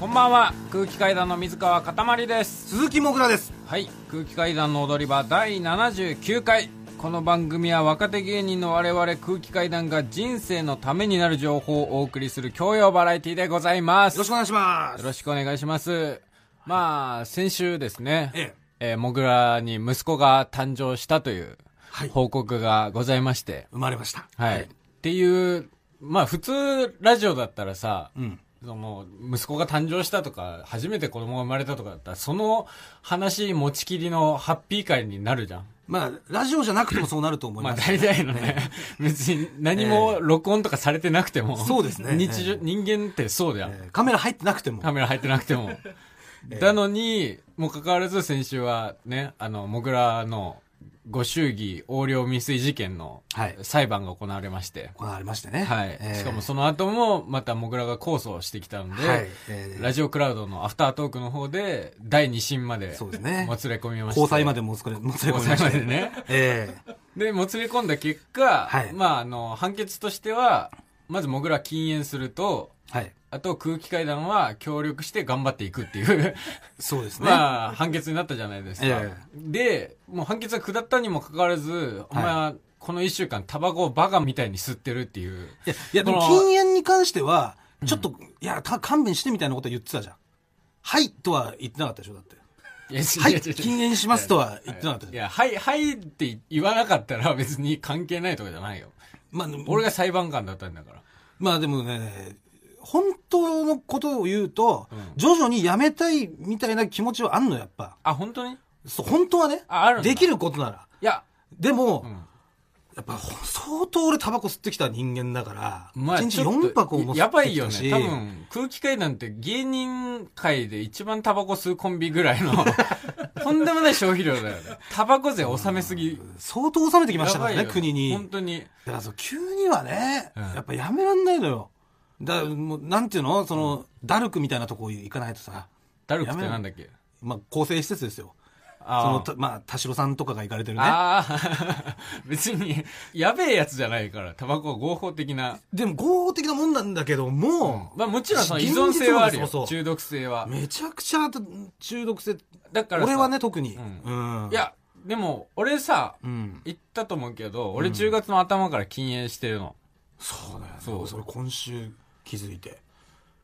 こんばんは空気階段の水川かたまりです鈴木もぐらですはい空気階段の踊り場第79回この番組は若手芸人の我々空気階段が人生のためになる情報をお送りする教養バラエティでございますよろしくお願いしまよすろしくお願いしますまあ先週ですねえええーもぐらに息子が誕生したというはい報告がございまして、生まれましたはい。っていう、まあ普通、ラジオだったらさ、んその、息子が誕生したとか、初めて子供が生まれたとかだったら、その話持ちきりのハッピー会になるじゃん。まあラジオじゃなくてもそうなると思いまあます、大体のね、 別に何も録音とかされてなくても、そうですね日常、人間ってそうだよ。えーカメラ入ってなくてもカメラ入ってなくても。なのに、もかかわらず先週はね、あの、もぐらのご祝儀横領未遂事件のはい裁判が行われまして、行われましてねはい。えーしかもその後も、またモグラが控訴をしてきたので、はいえーラジオクラウドのアフタートークの方で、第2審まで、そうですねもつれ込みました。交際までもつれもつれ込交みま際しまてでね。ええで、もつれ込んだ結果、はいまあ、あの、判決としては、まずモグラ禁煙すると、はいあと空気階段は協力して頑張っていくって いう、そうですね、まあ、判決になったじゃないですか。えで、もう判決が下ったにもかかわらず、お前はこの一週間タバコをバカみたいに吸ってるっていう。いやいやでもこの禁煙に関してはちょっと、いやか勘弁してみたいなこと言ってたじゃんはいとは言ってなかったでしょだっていやは違いう違う違う禁煙しますとは言ってなかったいじゃんや、はい、はいって言わなかったら別に関係ないとかじゃないよ。まあでも俺が裁判官だったんだから。まあでもね、本当のことを言うと、うん徐々にやめたいみたいな気持ちはあんの、やっぱ。あ、本当にいそう、本当はねああるん、だできることなら。や、でも、んやっぱ相当俺タバコ吸ってきた人間だから、まあ、 1日ちょっと4箱も吸ってきたし。やばいよね。多分、空気階なんて芸人界で一番タバコ吸うコンビぐ らいの、とんでもない消費量だよね。タバコ税納めすぎ。相当収めてきましやたかばらいよね、国に。本当に。だからそう急にはね、うんやっぱやめらんないのよ。だからもう、なんていうのその、ダルクみたいなとこ行かないとさ、ダルクってなんだっけまあ、構成施設ですよ。そあの、ーたまあ、田代さんとかが行かれてるね。あー 別に、やべえやつじゃないから、タバコは合法的な。でも合法的なもんなんだけども、まあもちろんその依存性はあるよ。現実の方がそうそう中毒性は。めちゃくちゃ中毒性だからさ俺はね特に、うんうんいや、でも、俺さ、うん言ったと思うけど、俺10月の頭から禁煙してるの。そうだよ、ね、そうそれ今週気づいて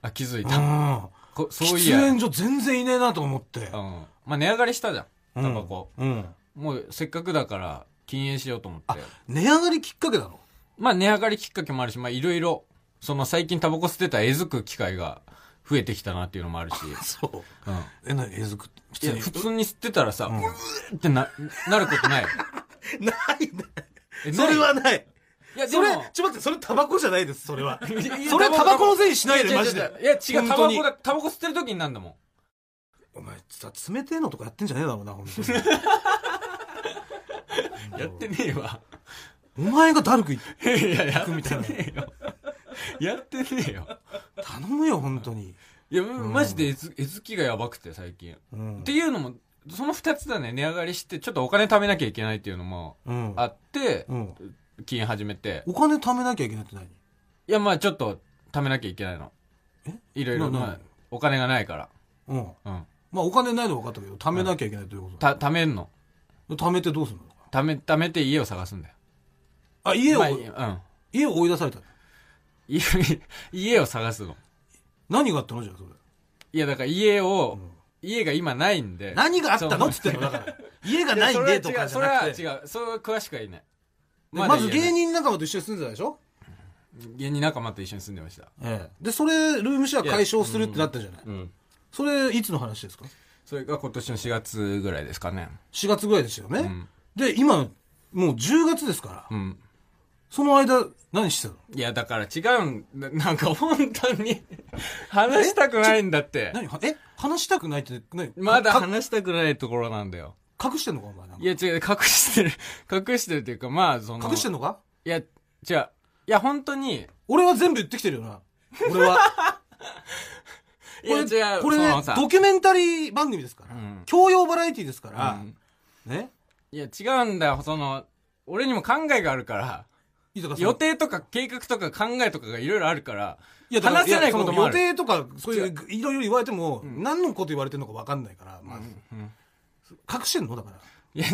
あ、気づいうた。んこそうい喫や。うん。煙所全然いねえなと思ってまあ値上がりしたじゃん。うんタバコ。うんもうせっかくだから禁煙しようと思って。値上がりきっかけだ ろまあ値上がりきっかけもあるし、まあいろいろ、その最近タバコ吸ってたらえずく機会が増えてきたなっていうのもあるし。そううん。えなえずく普いや、通に普通に吸ってたらさ、うーってな、なることない。ないねえそれ、ないはないいや、でそもれ、ちょっと待ってそれタバコじゃないですそれはいやいやそれはタバコのせいにしないいでやマジでいや違う、タ本バ当にコだ、タバコ吸ってる時になんだもん。お前さ冷てえのとかやってんじゃねえだろうな本当に やってねえわ。お前がダルク行っいや、やってねえよ。やってねえよ。頼むよ本当に、いや、マジでえず、えずきがやばくて、最近。うんっていうのも、その二つだね、値上がりして、ちょっとお金貯めなきゃいけないっていうのもうんあって、うん、金煙始めて。お金貯めなきゃいけないって何いや、まあちょっと、貯めなきゃいけないの。えいろいろ、ななまあ、お金がないから。うん。うん。まあお金ないのは分かったけど、貯めなきゃいけないということ。た、貯めんの。貯めてどうするの貯め、貯めて家を探すんだよ。あ、家を、まあうん。家を追い出されたの家家を探すの。何があったのじゃあ、それ。いや、だから家を、ん家が今ないんで。何があったそのうっつってんのだから。家がいやないんでとかじゃそれなはく違う、そて。れは違う。そう、詳しくは言えない。まだず言えな芸い人仲間と一緒に住んでたでしょ芸人仲間と一緒に住んでました。ええ。で、それ、ルームシェア解消するってなったじゃない。うん。それ、いつの話ですかそれが今年の4月ぐらいですかね。 ?4 月ぐらいですよね。うん。で、今、もう10月ですかうら。ん。その間、何してたのいや、だから違うんだ。なんか本当に、 話したくないんだって。何はえ話したくないって、何まだか話したくないところなんだよ。隠してんのかお前なんいか。や、違う、隠してる、 隠してるっていうか、まあ、その。隠してんのかいや、違う。いや、本当に、俺は全部言ってきてるよな。俺は。 いや、違う、これそねのさ、ドキュメンタリー番組ですからうん。教養バラエティですかうらん。ね。いや、違うんだよ。その、俺にも考えがあるから、いいとかその予定とか計画とか考えとかがいろいろあるから、いやだから話せないこともあるやその予定とかそういういろいろ言われても、何のこと言われてるのか分かんないから、まあ隠してんのだからいや違う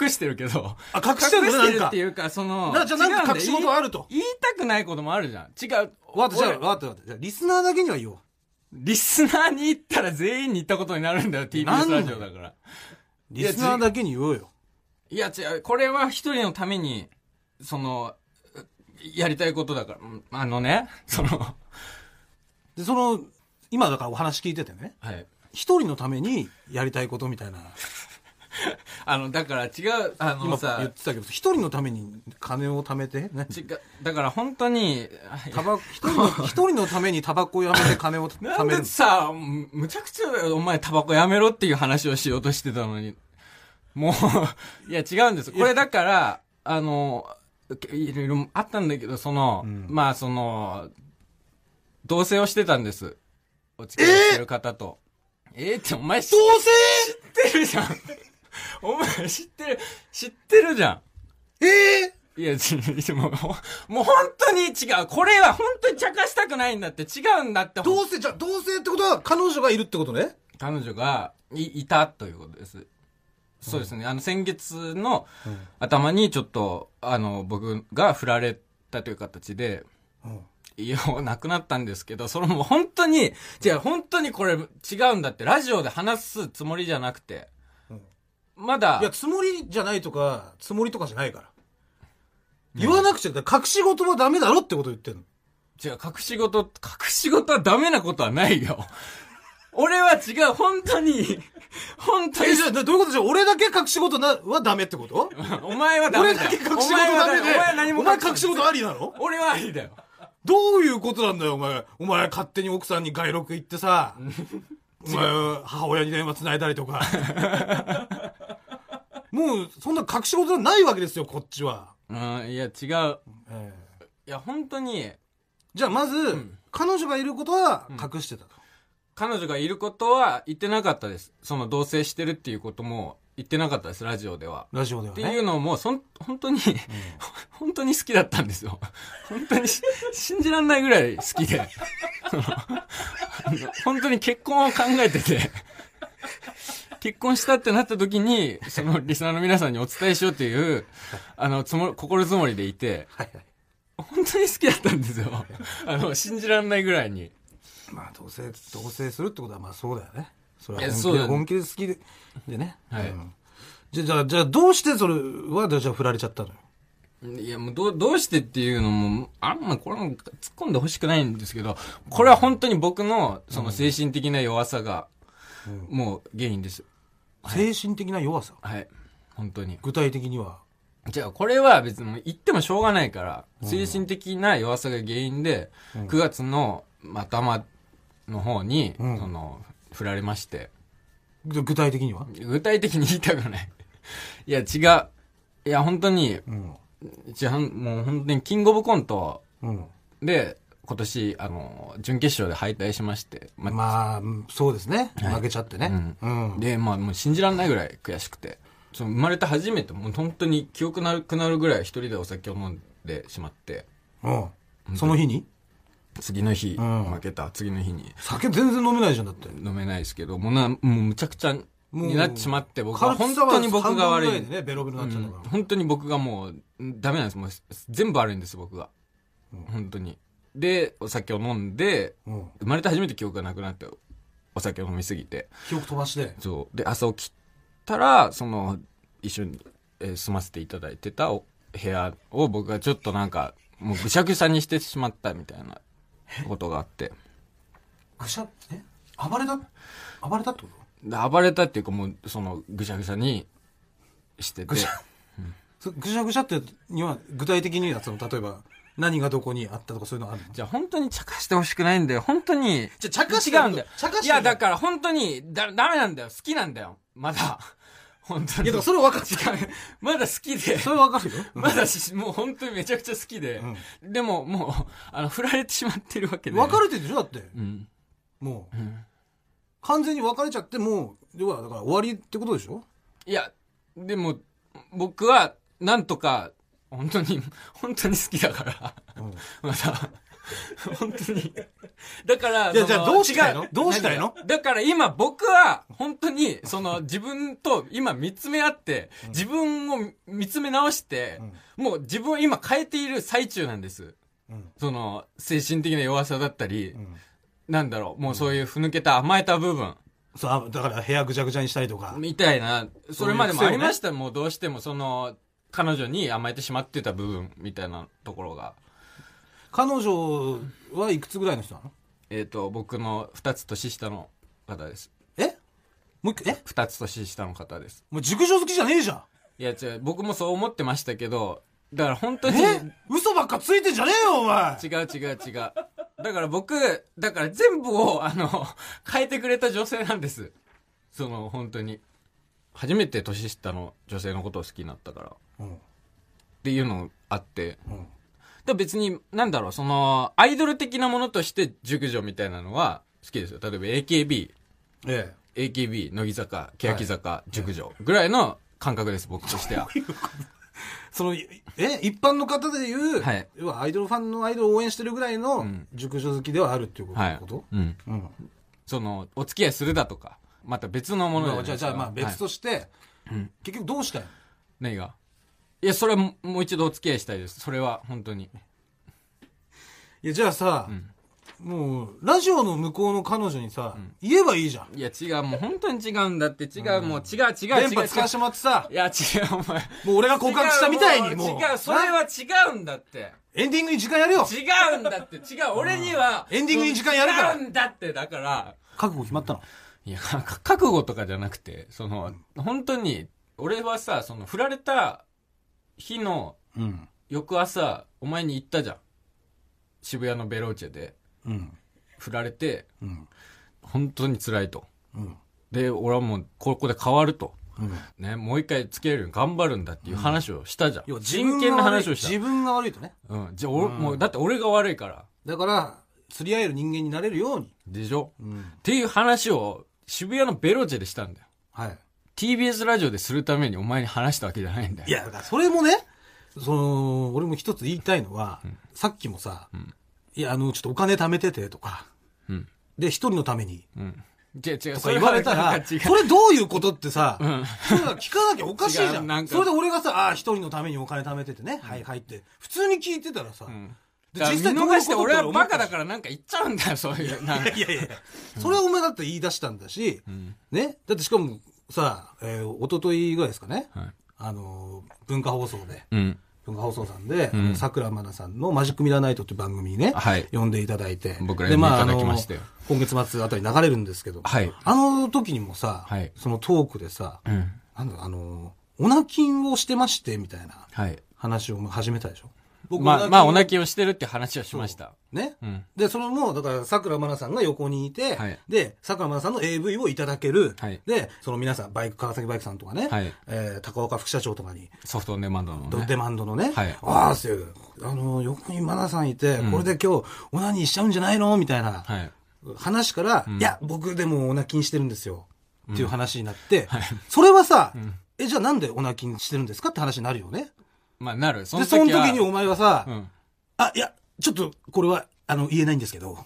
隠してるけどあ隠してんの隠してなんるかっていうかそのなじゃあなんか隠し事あると違うんだよ言い言いたくないこともあるじゃん違うわかったじゃあ俺分かった分かったじゃあリスナーだけには言おうリスナーに行ったら全員に行ったことになるんだよ TBS ラジオだからリスナーだけに言おうよいや違うこれは一人のためにそのやりたいことだからうんあのねそのでその今だからお話聞いててねはい一人のためにやりたいことみたいなあのだから違うあの今さ言ってたけど一人のために金を貯めてね違うだから本当にあタバコ一人 の一人のためにタバコをやめて金をな貯んめでるさ、むむちゃくちゃだよお前タバコやめろっていう話をしようとしてたのに。もう 、いや違うんです。これだから、あの、けいろいろあったんだけど、その、うんまあその、同棲をしてたんです。お付き合いしてる方と。えーってお前知っ棲てるじゃん。 お前知ってる、知ってるじゃん。ええいや、ちもう、ほんもう本当に違う。これは本当に茶化したくないんだって、違うんだって。同棲じゃあ同棲ってことは彼女がいるってことね彼女がいいたということです。そうですね。あの、先月のうん頭にちょっと、あの、僕が振られたという形で、家をなくなったんですけど、それも本当に、違う、本当にこれ違うんだって、ラジオで話すつもりじゃなくて、うんまだいや、つもりじゃないとかつもりとかじゃないから言わなくちゃだから隠し事はダメだろってこと言ってんの違う、隠し事、隠し事はダメなことはないよ。俺は違う、本当に、本当にえじゃあどういうことじゃあ俺だけ隠し事なはダメってこと お前はダメ俺だだよ。け隠しお事前はダメでお前は何もお前し隠し事ありなの俺はありだよ。どういうことなんだよ、お前。お前、勝手に奥さんに外録行っ てさ、お前、母親に電話繋いだりとか。 もう、そんな隠し事ないわけですよ、こっちは。うん、いや、違う。ええいや、本当に、じゃあ、まず、ん彼女がいることは隠してたと。彼女がいることは言ってなかったです。その、同棲してるっていうことも言ってなかったです、ラジオでは。ラジオではっていね。うのも、そん、本当に、 本当に好きだったんですよ。本当にし、信じらんないぐらい好きで。 そのあの本当に結婚を考えてて、結婚したってなった時に、その、リスナーの皆さんにお伝えしようっていう、あの、つもり、心づもりでいて、はいはい。本当に好きだったんですよ。あの、信じらんないぐらいに。まあ、同棲、同棲するってことは、まあそうだよね。それいはや本そう気だねで、本気で好きで、でね。はいうんじゃあ、じゃあ、じゃあどうしてそれは、じゃあ振られちゃったのよ。いや、もうどう、どうしてっていうのも、あんまこれも突っ込んでほしくないんですけど、これは本当に僕の、その精神的な弱さが、もう原因です。精神的な弱さ。はい。本当に。具体的には。じゃあ、これは別に言ってもしょうがないから、精神的な弱さが原因で、9月の頭の方に、うんその、振られまして、ぐ具体的には具体的に言いたくない。 いや、違う。いや、本当に、うん。じゃあもう本当にキングオブコント、うん。で、今年、あの、準決勝で敗退しまして、ままあ、うんそうですね。はい負けちゃってね。うん。で、まあ、もう信じられないぐらい悔しくて、その生まれて初めて、もう本当に記憶なくなるぐらい一人でお酒を飲んでしまって、うんその日に次の日、うん負けた次の日に酒全然飲めないじゃんだって。飲めないですけど、もうな、もうむちゃくちゃになっちまって、僕は軽本さは当に僕が悪半分ぐらい。でね、ベロベロになっちゃったかうん本当に僕がもううんダメなんですもう全部悪いんです僕が、うん本当にでお酒を飲んでら。うん。生まれて初めて記憶がなくなってお酒を飲みすぎて記憶飛ばして。そうで朝起きたらその一緒に、えー住ませていただいてたお部屋を僕がちょっとなんかもうぐしゃぐしゃにしてしまったみたいなことがあってぐしゃ、え暴れた暴れたってこで暴れたっていうかもうそのぐしゃぐしゃにしててぐしゃとそぐしゃぐしゃってには、具体的にはその、例えば、何がどこにあったとかそういうのあるのじゃあ本当に茶化してほしくないんだよ本当にじゃ、茶違うんだよ茶化いやだから本当にだダメなんだよ好きなんだよまだ本当いにや、だからそれ 分かって違うまだ好きでそれ分かるよ。 まだし、もう本当にめちゃくちゃ好きで、でももう、あの、振られてしまってるわけで。別れてるでしょだって。うん。もううん。完全に別れちゃって、もう、要は、だから終わりってことでしょいや、でも、僕 は、なんとか、本当に、本当に好きだから、まだ、本当に。だから、いやそのじゃあどうしたいの違どうしたいの何がだから今僕は、本当に、その自分と今見つめ合って、自分を見つめ直して、もう自分を今変えている最中なんです。うんその、精神的な弱さだったり、んなんだろう、もうそういうふぬけた甘えた部分。そうあだから部屋ぐちゃぐちゃにしたりとかみたいな、それまでもそうあいう癖をねりました、もうどうしてもその、彼女に甘えてしまってた部分みたいなところが。彼女はいくつぐらいの人なのえっ、と、僕の二つ年下の方です。えもう一回え二つ年下の方です。もう熟女好きじゃねえじゃんいや、違う、僕もそう思ってましたけど、だから本当に、違うえ嘘ばっかついてんじゃねえよお前違う違う。だから僕、だから全部を、あの、変えてくれた女性なんです。その、本当に。初めて年下の女性のことを好きになったから。っうんていうのあって。うんで別に、なんだろう、その、アイドル的なものとして熟女みたいなのは好きですよ。例えば AKB、え AKB、乃木坂、欅坂、熟女ぐらいの感覚です、僕としては。えそのいえ一般の方でいう、はい要はアイドルファンのアイドルを応援してるぐらいのん熟女好きではあるっていうこと,、はい。うん。うんその、お付き合いするだとか、また別のものじゃあじゃあまあ別と。はいとして、結局どうしたいの何がいや、それはももう一度お付き合いしたいです。それは、本当に。いやじゃあさ、もうラジオの向こうの彼女にさ、言えばいいじゃんいや、違う、もう本当に違うんだって、違う、もう違う、違う、違う。電波使わしてもらってさいや、違う、お 前。もう俺が告白したみたいにもう違う、それなは違うんだって。エンディングに時間やるよ違うんだって、違う、俺には。エンディングに時間やるから違うんだって、だから。覚悟決まったのいや、なんか覚悟とかじゃなくて、その、本当に、俺はさ、その、振られた日のうん翌朝、お前に行ったじゃん。渋谷のベローチェで、うん振られて、うん本当に辛いと。うんで、俺はもう、ここで変わると。うんね、もう一回付き合えるように頑張るんだっていう話をしたじゃん。要は自分真が剣な話悪をいした。自分が悪いとねうん。じゃあ、俺、もう、だって俺が悪いから。だから釣り合える人間になれるようにでしょ、んっていう話を、渋谷のベローチェでしたんだよ。はい TBS ラジオでするためにお前に話したわけじゃないんだよ。いやだからそれもねその俺も一つ言いたいのは、さっきもさ、いやあのちょっとお金貯めててとかうん。で一人のためにうん。違う違う、とか言われたはならんか違う。それどういうことってさ、それは聞かなきゃおかしいじゃ違うん なんかそれで俺がさあー一人のためにお金貯めててね、はいはいって普通に聞いてたらさ、んでだから実際見どういう逃こしてと俺はバカだらからなんか言っちゃうんだよ、そういう。なん かいやいやいやそれはお前だって言い出したんだし、ねだってしかもさ、えー、一昨日ぐらいですかね、はいあのー文化放送でうん。文化放送さんで、さくらまなさんの「マジックミラーナイト」っていう番組にね、はい呼んでいただいて僕らで呼んであいただきましたよあの今月末あたり流れるんですけど、はいあの時にもさ、はいそのトークでさ、うん。なんだあのオナキンをしてましてみたいなはい。話を始めたでしょまあ、まあ、おき泣きをしてるって話はしました。ね、うんでそれもだからさくらまなさんが横にいて、はいでさくらまなさんの AV をいただける、はいでその皆さんバイク川崎バイクさんとかね、はいえー高岡副社長とかにソフトオンデマンドのドね。デマンドのね、はいああ、そういう、あの、横にマナさんいて、これで今日、オナニーしちゃうんじゃないのみたいなはい。話から、いや、僕でもオナキンしてるんですよ。っていう話になって、それはさ、え、じゃあなんでオナキンしてるんですかって話になるよね。まあ、なる。そで、のそ時のは時にお前はさ、うん。あ、いや、ちょっと、これは、あの、言えないんですけど。っ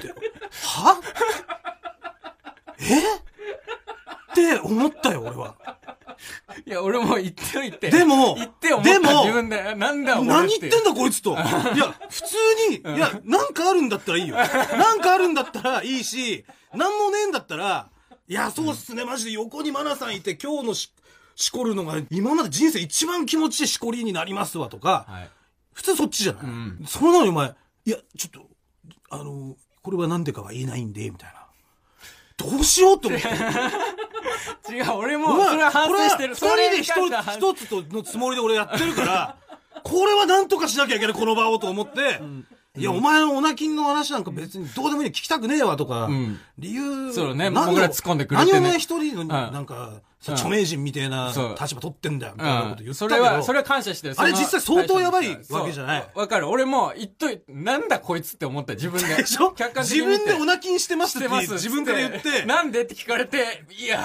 てはえって思ったよ、俺は。いや、俺も言っておいて。でも言って思ったでも自分で、なんだ俺何言ってんだだこいつと。いや、普通に、いや、なんかあるんだったらいいよ。なんかあるんだったらいいし、なんもねえんだったら、いや、そうっすね、マジで横にマナさんいて、今日のし、しこるのが、今まで人生一番気持ちいいしこりになりますわとか、はい。普通そっちじゃない、んそれなのにお前、いや、ちょっと、あの、これはなんでかは言えないんで、みたいな。どうしようと思って。違う、俺おも、前それは反省してる。これそは二人れにで関一してはつ一つとのつもりで俺やってるから、これはなんとかしなきゃいけない、この場をと思って、いや、お前のオナキンの話なんか別にどうでもいい聞きたくねえわとか、ん理由、そうね何を僕ら突っ込んでくれてね何をお前一人の、んなんか、その著名人みたいなそう立場取ってんだよ、みたいなことう言ん。ったそけど。れは、それは感謝してる。あれその実際相当やばい最初にわけじゃないそうわかる。俺も、言っとい、なんだこいつって思った、自分で。でしょ客観的自に見て分でオナキンしてますっしててます。自分から言って、なんでって聞かれて、いや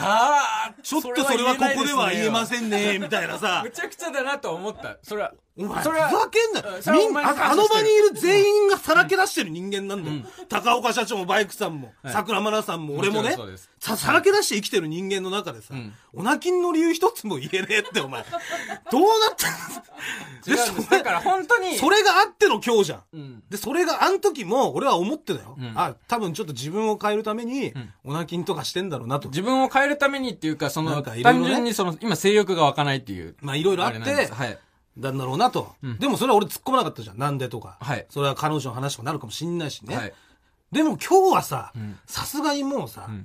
ー、ちょっとそれはここでは言えませんね、みたいなさむ。ちゃくちゃだなと思った。それは。お前、そふれはざうんけそれはおんなよ。みん前あの話あの場にいる全員がさらけ出してる人間なんだよ。高岡社長もバイクさんも、桜マナさんも俺ももねちろんそうです、ささらけ出して生きてる人間の中でさん、オナキンの理由一つも言えねえって、お前。どうなってん違のうんです。だから本当に。それがあっての今日じゃん。うん。で、それが、あの時も、俺は思ってたよ。んあ、多分ちょっと自分を変えるために、オナキンとかしてんだろうなと。自分を変えるためにっていうか、そなんの、かいろいろね単純にその、今性欲が湧かないっていう。まあ、いろいろあっれなんでてす、はい。なんだろうなと、でもそれは俺突っ込まなかったじゃん。なんでとか。はいそれは彼女の話とかなるかもしんないしね。はい。でも今日はさん、さすがにもうさ、んその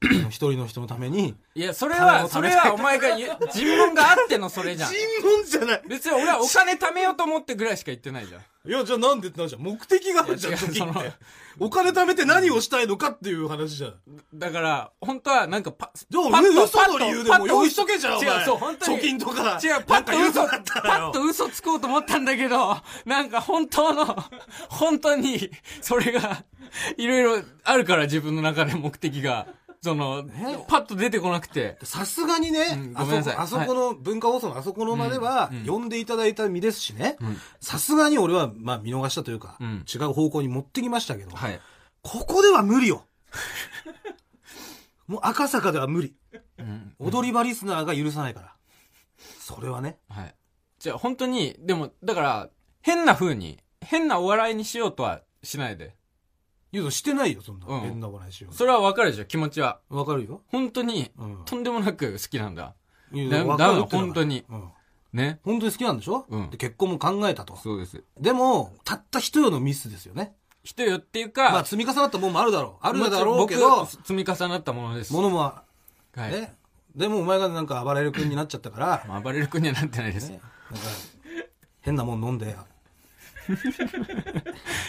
一人の人のために、いや、それ金をは、貯そめれたいはお前が言う、尋問があってのそれじゃん尋。問じゃない。別に俺はお金貯めようと思ってぐらいしか言ってないじゃん。いや、じゃあなんでってなるじゃん。目的があるじゃん、いや違う時っそのて。お金貯めて何をしたいのかっていう話じゃん。だから、本当はなんかパ、でもパッと嘘の理由でも用意しとけじゃん、お前。違う、そう、本当に。貯金とか。違う、パッと嘘、だパったらッよと嘘つこうと思ったんだけど、なんか本当の、本当に、それが、いろいろあるから自分の中で目的が、その、パッと出てこなくて。さすがにね、んあごめんなそさいこ、あそこの文化放送のあそこのまでは、呼んでいただいた身ですしね、さすがに俺は、まあ見逃したというか、うん違う方向に持ってきましたけど、はい。ここでは無理よ。もう赤坂では無理。うん。踊り場リスナーが許さないから。それはね。はい。じゃあ本当に、でも、だから、変な風に、変なお笑いにしようとはしないで。ゆうとしてないよ、そんな。うん変なお話を。それはわかるでしょ、気持ちは。わかるよ。本当に、うん。とんでもなく好きなんだ。ゆうだとわだかかるらってのが本当に。うん。ね。本当に好きなんでしょ、うんで結婚も考えたと。そうです。でも、たった一夜のミスですよね。人よっていうか、まあ積み重なったもんもあるだろう。ああるだろうけど、積み重なったものです。ものもあ、はい。ね。でもお前がなんか暴れる君になっちゃったから、まあ暴れる君にはなってないです。ねなんか変なもん飲んで、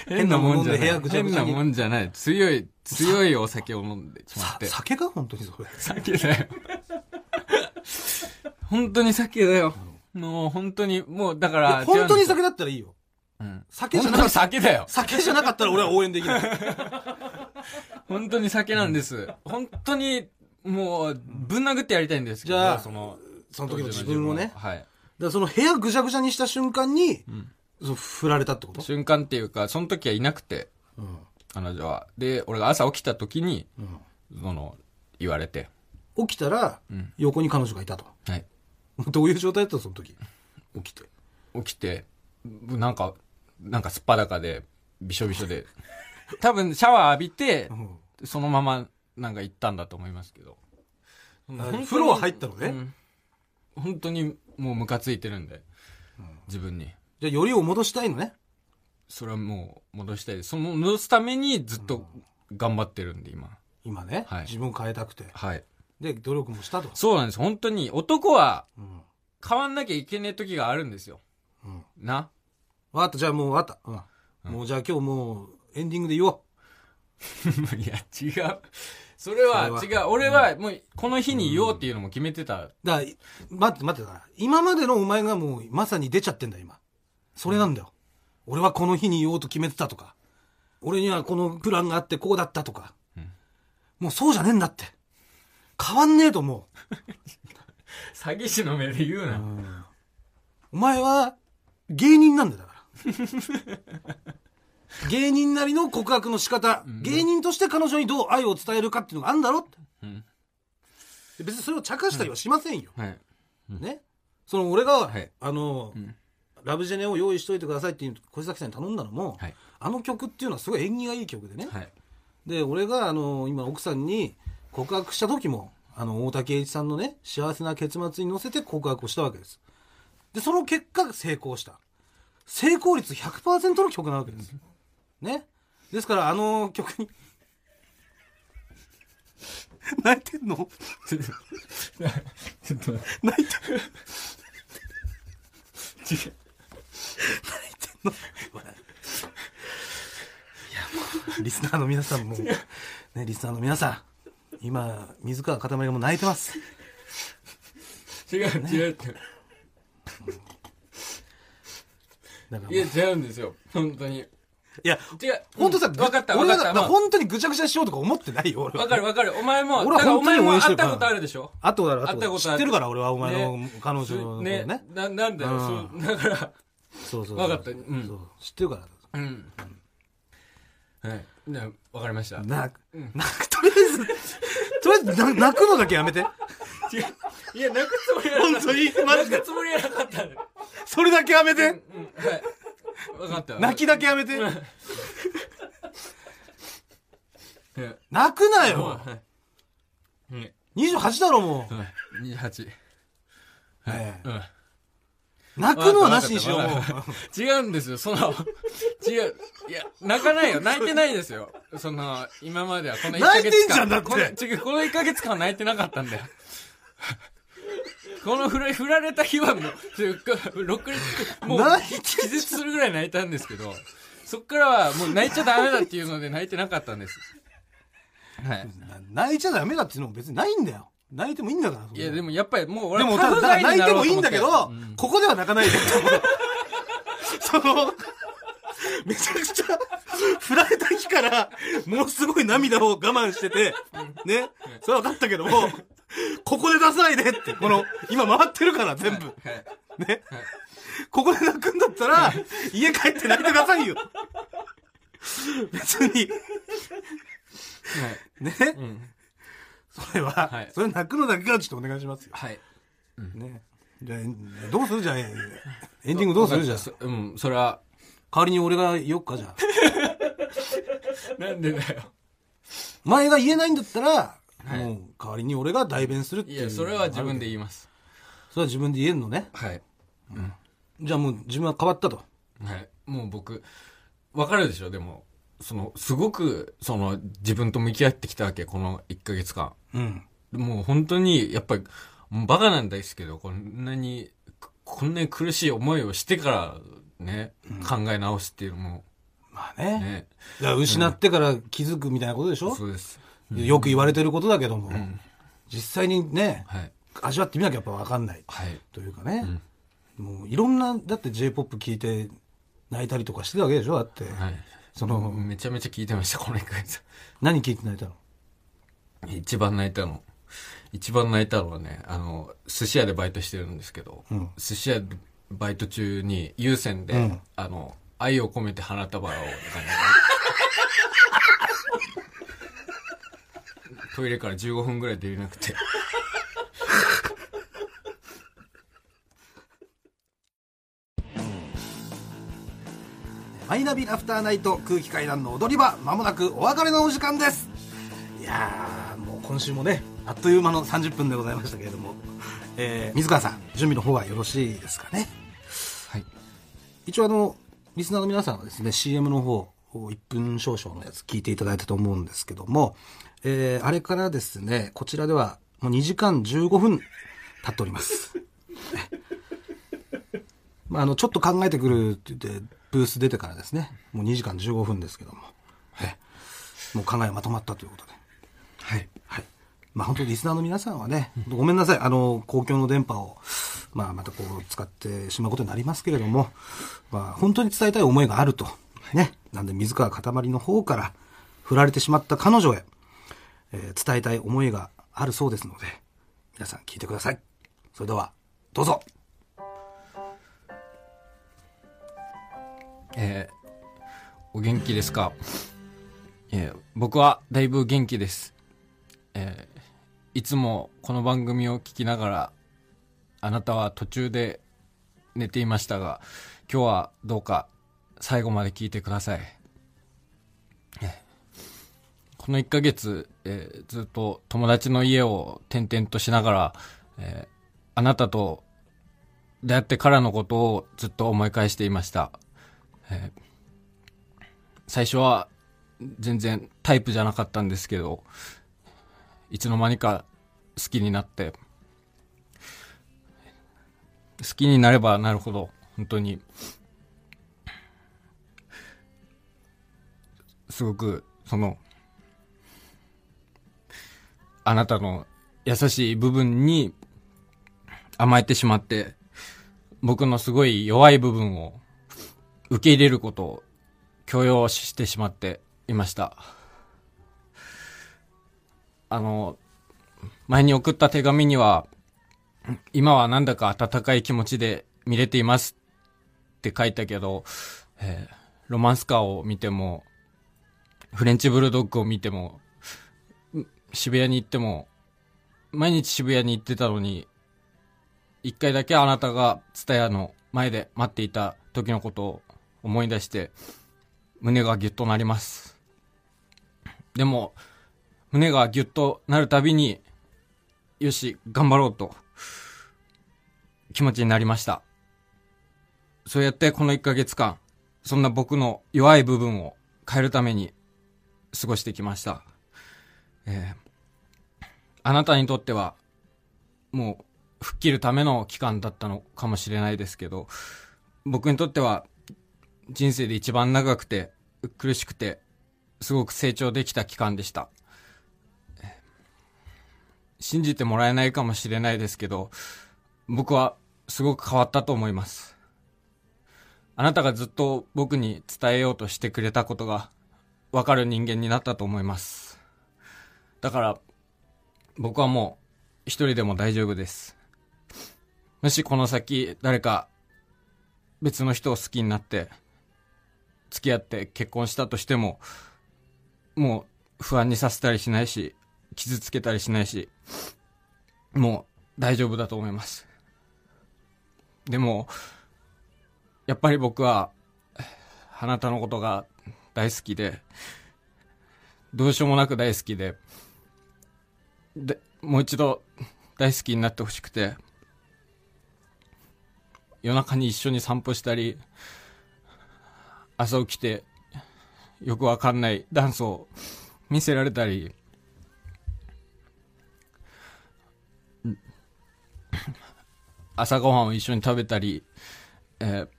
変なもんじゃな変なもんで部屋い。ぐちゃぐ変ちゃなにもんじゃない。強い、強いお酒を飲んでしまっさて。酒か本当にそれ。酒だよ。 本当に酒だよ。もう本当に、もうだから、本当に違酒だったらいいよ。うんです酒よ。じゃ本な当かっに酒た。だよ。酒じゃなかったら俺は応援できない。本当に酒なんです。本当に、もう、ぶん殴ってやりたいんですけど。じゃあその、その時の自分をね。だかはい。らその部屋ぐちゃぐちゃにした瞬間に、んその振られたってこと瞬間っていうか、その時はいなくて、うん。彼女は。で、俺が朝起きた時に、うんその、言われて。起きたらうん、横に彼女がいたと。 はい。どういう状態だったのその時。起きて。起きて、ぶなんか、なんかすっぱだかで、びしょびしょ で。多分シャワー浴びてう、んそのままなんか行ったんだと思いますけど。あ風呂は入ったのねうん本当にもうムカついてるんで、自分に。じゃあよりを戻したいのね。それはもう戻したいです。その戻すためにずっと頑張ってるんで、今。今ね、はい自分を変えたくて。はい。で、努力もしたと。そうなんです。本当に男はうん。変わんなきゃいけねえ時があるんですよ。うん。な。わかった、じゃあもうわかった。うん。もうじゃあ今日もうエンディングで言おう。 いや、違う。それはそ違う。俺はもうこの日に言おうっていうのも決めてた。だから、い待って待ってだから、今までのお前がもうまさに出ちゃってんだよ、今。それなんだよ。俺はこの日に言おうと決めてたとか。俺にはこのプランがあってこうだったとか。うんもうそうじゃねえんだって。変わんねえと思詐欺師の目で言うう。な。お前は芸人なんだよだから。芸人なりの告白の仕方、ん芸人として彼女にどう愛を伝えるかっていうのがあるんだろって。うん。で別にそれを茶化したりはしませんよ。はい。ね。その俺が、はいあの、うんラブジェネを用意しといてくださいっていう小崎さんに頼んだのも、はいあの曲っていうのはすごい縁起がいい曲でね、はい。で俺があの今奥さんに告白した時もあの大竹栄一さんのね幸せな結末に乗せて告白をしたわけですでその結果成功した成功率100%の曲なわけですねですからあの曲に泣いてんのちょっと、ちょっと、泣いてんの違う。リスナーの皆さん も、ね、リスナーの皆さん、今、水川かたまりがもう泣いてます。違う違うってなんかいや違うんですよ本当に違ういや、本当さ、ぐ分かった分俺かがっただから本当にぐちゃぐちゃにしようとか思ってないよ、俺は。分かる分かるお前も俺はだからお本当前にも応会援しってるからたことあるでしょあったことある、あった会ったここととあるある。知ってるから、俺はお前のね彼女のことね。ねななんだよ、うそうだからそうそうそう。わかったうんそう知ってるから。うんはいじゃあ分かりましたな、な、とりあえず、とりあえずな、泣くのだけやめて。違ういや泣くつもりはなかった本当にマジで泣くつもりはなかったねそれだけやめて。うんはい分かった泣きだけやめて。きはい泣くなよ。はいはい28だろ、もう。はい28ねえうん泣くのはなしにしよう、わもかうった。わかった 違うんですよ、その、違う。いや、泣かないよ、泣いてないですよ。その、今まではこの1ヶ月間。泣いてんじゃんだってこの違う、この1ヶ月間泣いてなかったんだよ。 この振ら振られた日はもう、違うかろくにもう、泣い気絶するぐらい泣いたんですけど、そっからはもう泣いちゃダメだっていうので泣いてなかったんです。はい。な泣いちゃダメだっていうのも別にないんだよ。泣いてもいいんだから。そんいなや、でもやっぱりもう俺はでも、家た族だ、外泣にいなてろもういと思いんってだけど、ここでは泣かないで。 その、めちゃくちゃ、振られた日から、ものすごい涙を我慢してて、ね、それは分かったけども、ここで出さないでって、この、今回ってるから、全部。はいね。ここで泣くんだったら、家帰って泣いてくださいよ。別に、はいね、んそれは、はいそれ泣くのだけはちょっとお願いしますよ。はい。ね。じゃあ、エンどうするじゃん、エンディングどうするじゃん。代そうん、それは、わりに俺が言おっか、じゃあ。なんでだよ。前が言えないんだったら、もう代わりに俺が代弁するっていいう。や、それは自分で言います。それは自分で言えるのね。はい。じゃあもう自分は変わったと。はい。もう僕、わかるでしょ、でも。その、すごく、その、自分と向き合ってきたわけ、この1ヶ月間。うん。もう本当に、やっぱり、もうバカなんですけど、こんなに、こんなに苦しい思いをしてから、ね、考え直すっていうのも、まあね。ね、だから失ってから気づくみたいなことでしょ、そうです。よく言われてることだけども、実際にね、はい。味わってみなきゃやっぱ分かんないはい。というかね。もういろんな、だって J-POP 聞いて泣いたりとかしてたわけでしょだって。はい。その、めちゃめちゃ聞いてました、この1ヶ月。何聞いて泣いたの一番泣いたの一番泣いたのはねあの寿司屋でバイトしてるんですけど、うん寿司屋でバイト中に有線で、うんあの愛を込めて花束をなん かねトイレから15分ぐらい出れなくてマイナビラフターナイト空気階段の踊り場まもなくお別れのお時間ですいやーもう今週もねあっという間の30分でございましたけれども、えー、水川さん準備の方はよろしいですかねはい一応あのリスナーの皆さんはですね CM の方1分少々のやつ聞いていただいたと思うんですけども、えー、あれからですねこちらではもう2時間15分経っております まあ、あの、ちょっと考えてくるって言って、ブース出てからですね、もう2時間15分ですけども、ええもう考えまとまったということで。はいはい。まあ、本当にリスナーの皆さんはね、ごめんなさい、あの、公共の電波を、まあ、またこう、使ってしまうことになりますけれども、まあ、本当に伝えたい思いがあると。ね。なんで、水川かたまりの方から、振られてしまった彼女へ、えー伝えたい思いがあるそうですので、皆さん聞いてください。それでは、どうぞえーお元気ですか、えー僕はだいぶ元気です、えーいつもこの番組を聞きながらあなたは途中で寝ていましたが今日はどうか最後まで聞いてください、えーこの1ヶ月、えーずっと友達の家を転々としながら、えーあなたと出会ってからのことをずっと思い返していましたえー最初は全然タイプじゃなかったんですけどいつの間にか好きになって好きになればなるほど本当にすごくそのあなたの優しい部分に甘えてしまって、僕のすごい弱い部分を受け入れることを許容してしまっていました。あの、前に送った手紙には、今はなんだか温かい気持ちで見れていますって書いたけど、えーロマンスカーを見ても、フレンチブルドッグを見ても、ん渋谷に行っても、毎日渋谷に行ってたのに、一回だけあなたが蔦屋の前で待っていた時のことを思い出して、胸がギュッとなります。でも、胸がギュッとなるたびに、よし、頑張ろうと、気持ちになりました。そうやってこの1ヶ月間、そんな僕の弱い部分を変えるために過ごしてきました。えーあなたにとっては、もう、吹っ切るための期間だったのかもしれないですけど、僕にとっては、人生で一番長くて、苦しくて、すごく成長できた期間でした。えー信じてもらえないかもしれないですけど、僕はすごく変わったと思います。あなたがずっと僕に伝えようとしてくれたことが分かる人間になったと思います。だから僕はもう一人でも大丈夫です。もしこの先誰か別の人を好きになって付き合って結婚したとしてももう不安にさせたりしないし傷つけたりしないしもう大丈夫だと思います。でもやっぱり僕はあなたのことが大好きでどうしようもなく大好きででもう一度大好きになってほしくて夜中に一緒に散歩したり朝起きてよくわかんないダンスを見せられたりん朝ごはんを一緒に食べたり、えー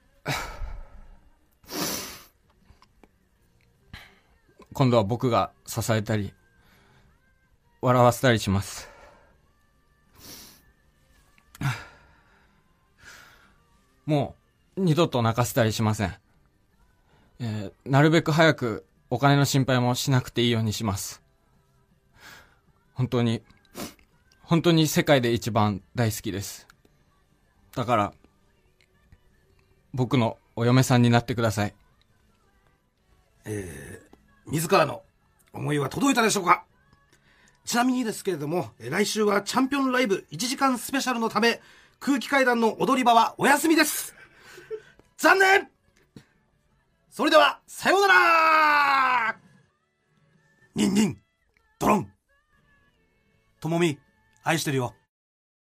今度は僕が支えたり笑わせたりしますもう二度と泣かせたりしません、えーなるべく早くお金の心配もしなくていいようにします本当に本当に世界で一番大好きですだから僕のお嫁さんになってくださいえー自らの思いは届いたでしょうかちなみにですけれども、えー来週はチャンピオンライブ1時間スペシャルのため、空気階段の踊り場はお休みです残念それでは、さようならニンニン、ドロンともみ、愛してるよ。